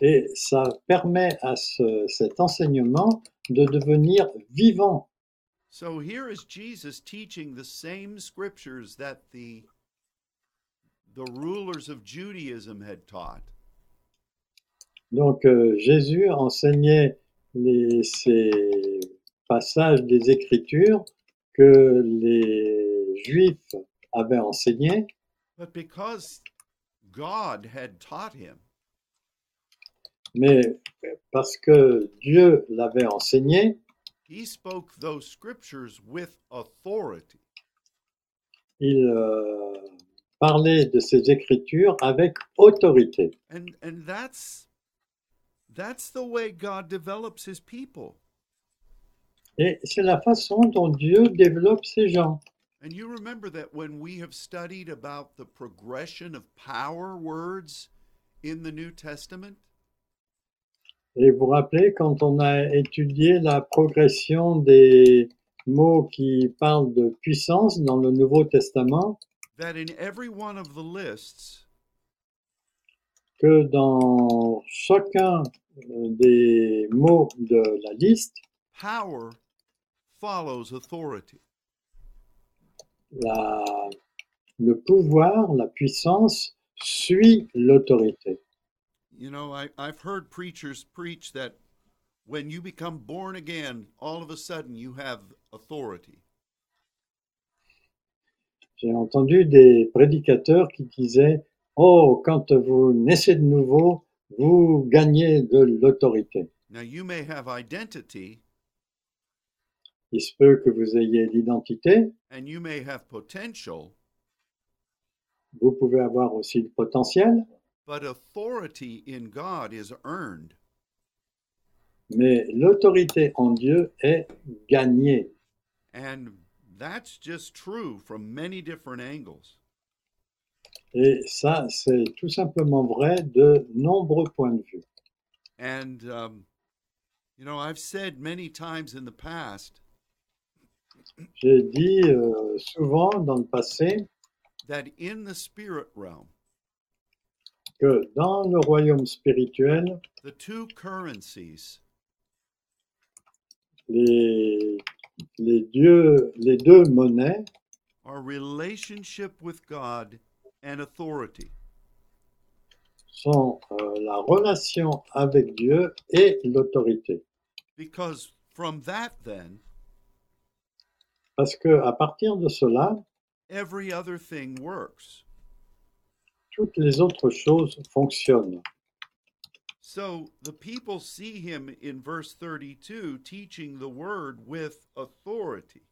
B: et ça permet à ce- cet enseignement de devenir vivant.
A: So here is Jesus teaching the same scriptures that the the rulers of Judaism had taught.
B: Donc euh, Jésus enseignait les- ces passages des Écritures que les Juifs avaient enseignés,
A: But because God had taught him,
B: mais parce que Dieu l'avait enseigné,
A: he spoke those scriptures with authority.
B: il euh, parlait de ces Écritures avec autorité.
A: And and that's that's the way God develops his people.
B: Et c'est la façon dont Dieu développe ses gens.
A: And you remember that when we have studied about the progression of power words in the New Testament,
B: Et vous vous rappelez, quand on a étudié la progression des mots qui parlent de puissance dans le Nouveau Testament,
A: that in every one of the lists
B: que dans chacun euh, des mots de la liste,
A: power follows authority.
B: la- le pouvoir, la puissance suit l'autorité.
A: You know, I, I've heard preachers preach that when you become born again, all of a sudden you have authority.
B: J'ai entendu des prédicateurs qui disaient, oh, quand vous naissez de nouveau, vous gagnez de l'autorité.
A: Now, you may have identity
B: Il se peut que vous ayez l'identité,
A: and you may have potential,
B: Vous pouvez avoir aussi le potentiel,
A: but authority in God is earned.
B: mais l'autorité en Dieu est gagnée.
A: And that's just true from many different angles.
B: Et ça, c'est tout simplement vrai de nombreux points de vue.
A: And, um, you know, I've said many times in the past
B: J'ai dit euh, souvent dans le passé
A: that in the spirit realm,
B: que dans le royaume spirituel,
A: the two currencies
B: les, les dieux, les deux monnaies,
A: our relationship with God and authority.
B: sont euh, la relation avec Dieu et l'autorité.
A: Because from that, then,
B: Parce que à partir de cela,
A: every other thing works.
B: toutes les autres choses fonctionnent.
A: So the people see him in verse 32 teaching the word with authority.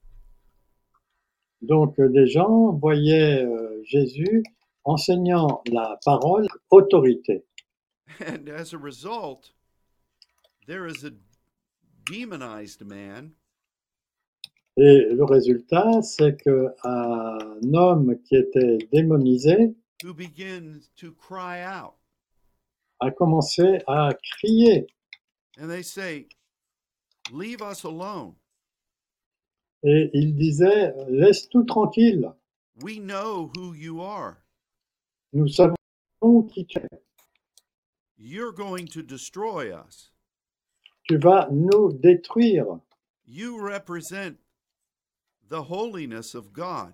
B: Donc euh, les gens voyaient euh, Jésus enseignant la parole avec autorité.
A: And as a result, there is a demonized man
B: Et le résultat, c'est qu'un homme qui était démonisé
A: who begins to cry out.
B: a commencé à crier
A: And they say, Leave us alone.
B: et il disait Laisse tout tranquille,
A: We know who you are.
B: nous savons qui tu es.
A: You're going to destroy us.
B: Tu vas nous détruire.
A: You represent the holiness of God.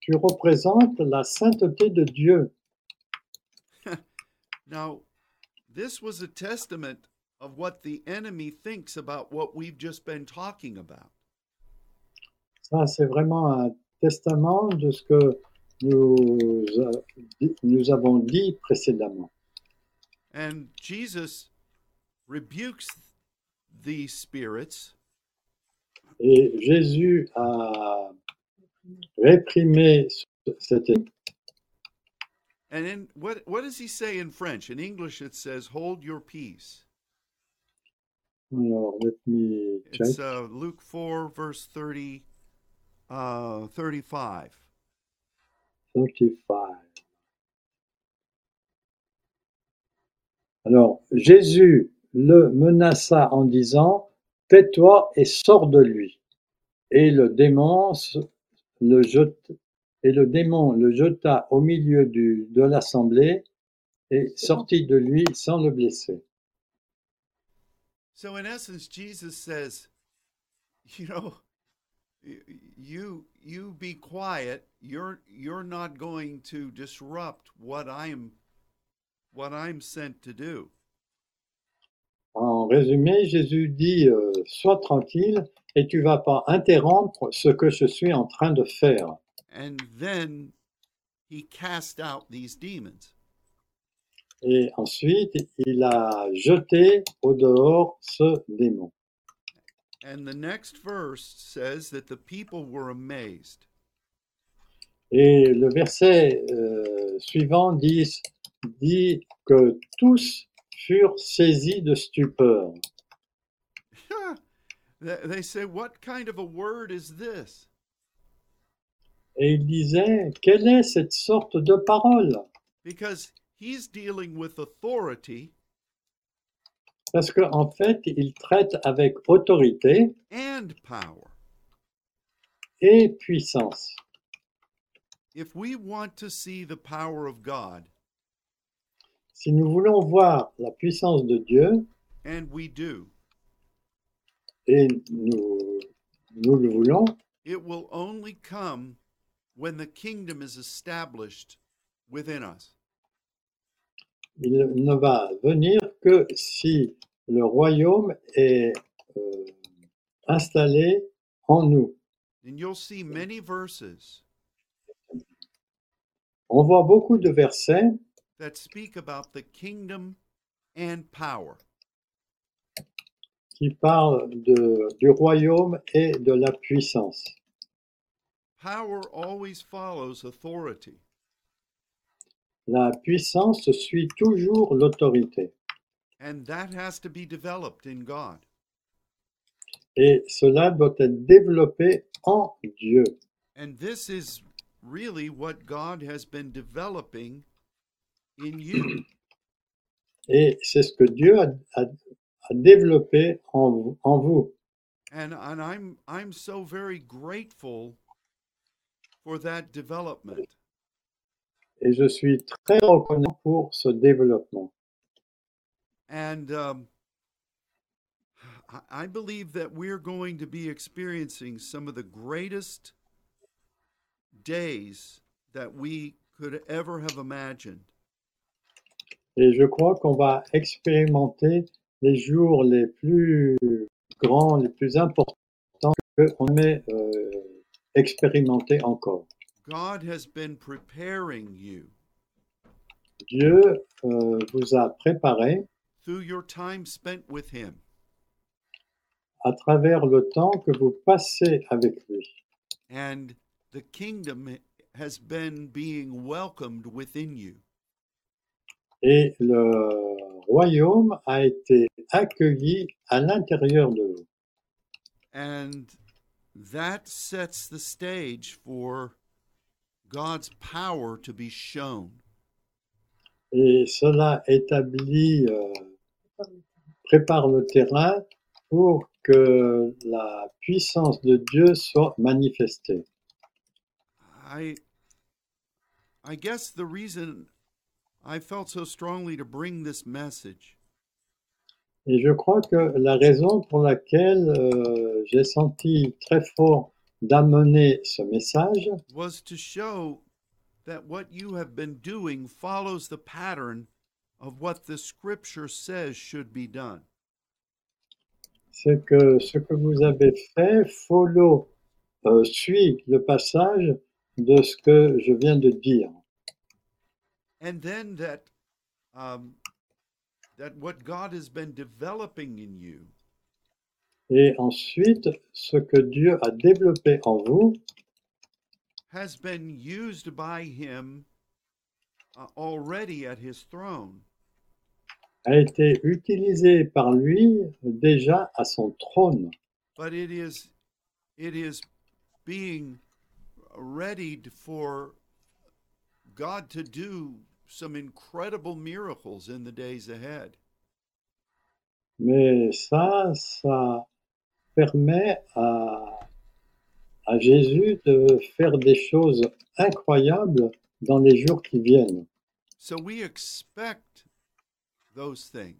B: Tu représentes la sainteté de Dieu.
A: Now, this was a testament of what the enemy thinks about what we've just been talking about.
B: Ça, c'est vraiment un testament de ce que nous, euh, nous avons dit précédemment.
A: And Jesus rebukes these spirits
B: Et Jésus a réprimé ce- cet esprit.
A: And in what what does he say in French? In English, it says, "Hold your peace."
B: Alors, let me
A: It's
B: check.
A: uh, Luke four verse 30, uh, 35.
B: 35. Alors, Jésus le menaça en disant, Tais-toi et sors de lui. Et le démon se- le jeta, et le démon le jeta au milieu du, de l'assemblée et sortit de lui sans le blesser.
A: So in essence, Jesus says, you know, y- you you be quiet. You're you're not going to disrupt what I'm what I'm sent to do.
B: En résumé, Jésus dit, euh, sois tranquille et tu vas pas interrompre ce que je suis en train de faire.
A: And then he cast out these demons.
B: Et ensuite, il a jeté au dehors ce démon.
A: And the next verse says that the people were amazed.
B: Et le verset euh, suivant dit, dit que tous furent saisis de stupeur.
A: They they say, What kind of a word is this?
B: Et il disait, quelle est cette sorte de parole
A: Because he's dealing with authority
B: Parce qu'en en fait, il traite avec autorité
A: and power.
B: et puissance.
A: If we want to see the power of God,
B: Si nous voulons voir la puissance de Dieu,
A: and we do,
B: et nous, nous le voulons,
A: it will only come when the kingdom is established within us.
B: il ne va venir que si le royaume est euh, installé en nous.
A: And you'll see many verses
B: On voit beaucoup de versets
A: that speak about the kingdom and power.
B: qui parlent de- du royaume et de la puissance.
A: Power always follows authority.
B: La puissance suit toujours l'autorité
A: And that has to be developed in God.
B: et cela doit être développé en Dieu.
A: And this is really what God has been developing in you.
B: Et c'est ce que Dieu a, a- a développé en vous- en vous.
A: and and I'm I'm so very grateful for that development.
B: Et je suis très reconnaissant pour ce développement.
A: And um, I- I believe that we're going to be experiencing some of the greatest days that we could ever have imagined.
B: Et je crois qu'on va expérimenter les jours les plus grands, les plus importants qu'on ait euh, expérimenté encore.
A: God has been preparing you
B: Dieu euh, vous a préparé
A: through your time spent with Him.
B: à travers le temps que vous passez avec lui.
A: and the kingdom has been being welcomed within you.
B: Et le royaume a été accueilli à l'intérieur de vous.
A: And that sets the stage for God's power to be shown.
B: Et cela établit, euh, prépare le terrain pour que la puissance de Dieu soit manifestée.
A: I I guess the reason I felt so strongly to bring this message
B: Et je crois que la raison pour laquelle euh, j'ai senti très fort d'amener ce message,
A: was to show that what you have been doing follows the pattern of what the scripture says should be done.
B: c'est que ce que vous avez fait follow, euh, suit le passage de ce que je viens de dire.
A: And then that um, that what God has been developing in you
B: Et ensuite, ce que Dieu a développé en vous
A: has been used by him uh, already at his throne.
B: a été utilisé par lui déjà à son trône,
A: but it is it is being readied for God to do some incredible miracles in the days ahead.
B: mais ça, ça permet à, à Jésus de faire des choses incroyables dans les jours qui viennent.
A: So we expect those things.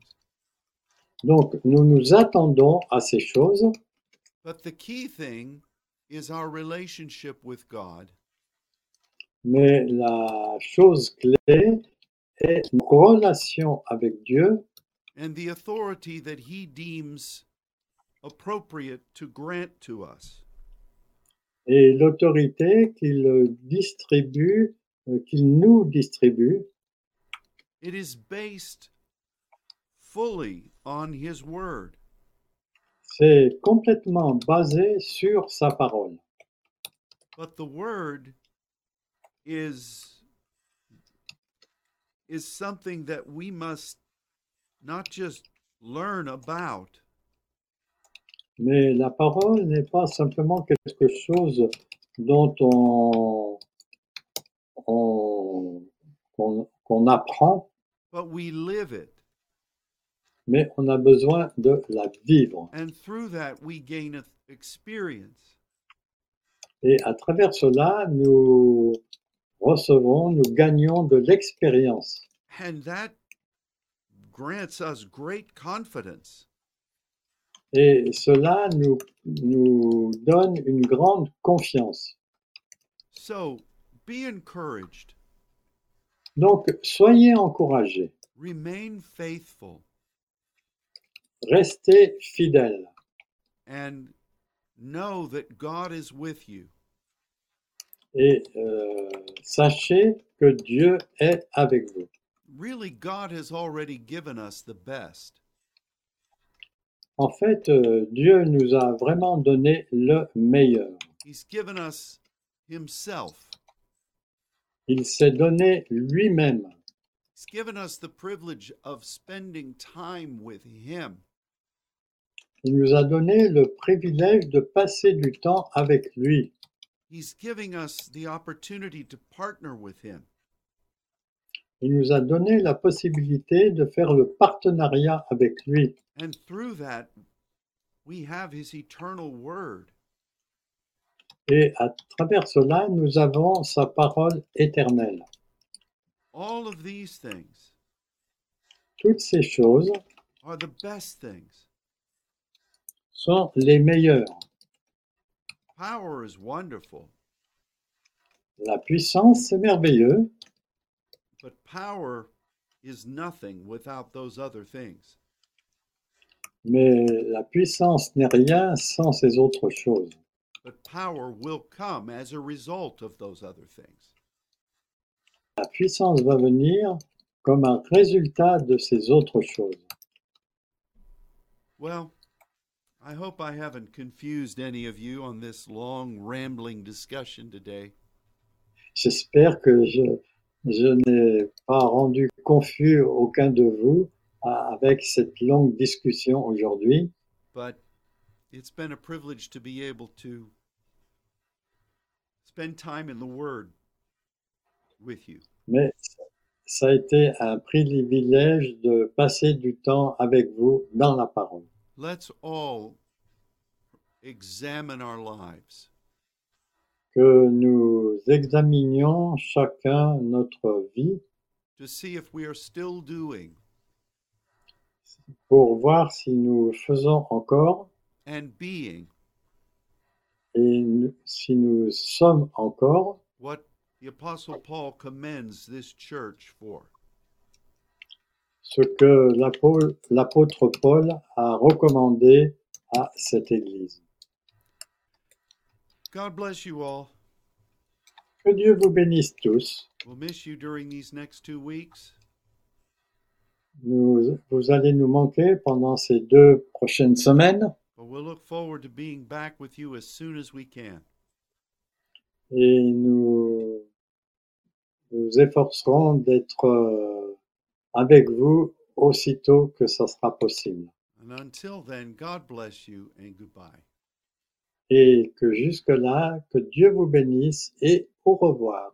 B: Donc, nous nous attendons à ces choses,
A: But the key thing is our relationship with God
B: mais la chose clé est notre relation avec Dieu
A: and the authority that he deems appropriate to grant to us.
B: et l'autorité qu'il distribue, euh, qu'il nous distribue
A: It is based fully on his word.
B: c'est complètement basé sur sa parole.
A: but the word is is something that we must not just learn about
B: Mais la parole n'est pas simplement quelque chose dont on, on- qu'on- qu'on apprend,
A: but we live it
B: mais on a besoin de la vivre.
A: and through that we gain a- experience
B: Et à travers cela, nous recevons, nous gagnons de l'expérience.
A: and that grants us great confidence
B: Et cela nous, nous donne une grande confiance.
A: so be encouraged
B: Donc, soyez encouragés,
A: remain faithful
B: restez fidèles.
A: and know that god is with you
B: et euh, sachez que Dieu est avec vous.
A: really god has already given us the best
B: En fait, euh, Dieu nous a vraiment donné le meilleur.
A: He's given us Himself.
B: Il s'est donné lui-même.
A: He's given us the privilege of spending time with Him.
B: Il nous a donné le privilège de passer du temps avec lui.
A: He's giving us the opportunity to partner with Him.
B: Il nous a donné la possibilité de faire le partenariat avec lui.
A: And through that, we have His eternal Word.
B: Et à travers cela, nous avons sa parole éternelle.
A: All of these things
B: Toutes ces choses
A: are the best things.
B: sont les meilleures.
A: Power is wonderful,
B: La puissance, c'est merveilleux,
A: but power is nothing without those other things.
B: Mais la puissance n'est rien sans ces autres choses.
A: But power will come as a result of those other things.
B: La puissance va venir comme un résultat de ces autres choses.
A: Well, I hope I haven't confused any of you on this long, rambling discussion today.
B: J'espère que je, je n'ai pas rendu confus aucun de vous a- avec cette longue discussion aujourd'hui,
A: But it's been a privilege to be able to spend time in the Word with you.
B: mais ça a été un privilège de passer du temps avec vous dans la parole.
A: Let's all examine our lives.
B: Que nous examinions chacun notre vie
A: to see if we are still doing
B: pour voir si nous faisons encore
A: and being
B: et nous- si nous sommes encore
A: what the Apostle Paul commends this church for.
B: ce que l'apo- l'apôtre Paul a recommandé à cette Église.
A: God bless you all.
B: Que Dieu vous bénisse tous.
A: We'll miss you during these next two weeks.
B: Nous- vous allez nous manquer pendant ces deux prochaines semaines
A: But we'll look forward to being back with you as soon as we can.
B: et nous nous efforcerons d'être euh, avec vous aussitôt que ça sera possible.
A: And until then, God bless you and goodbye.
B: Et que jusque-là, que Dieu vous bénisse et au revoir.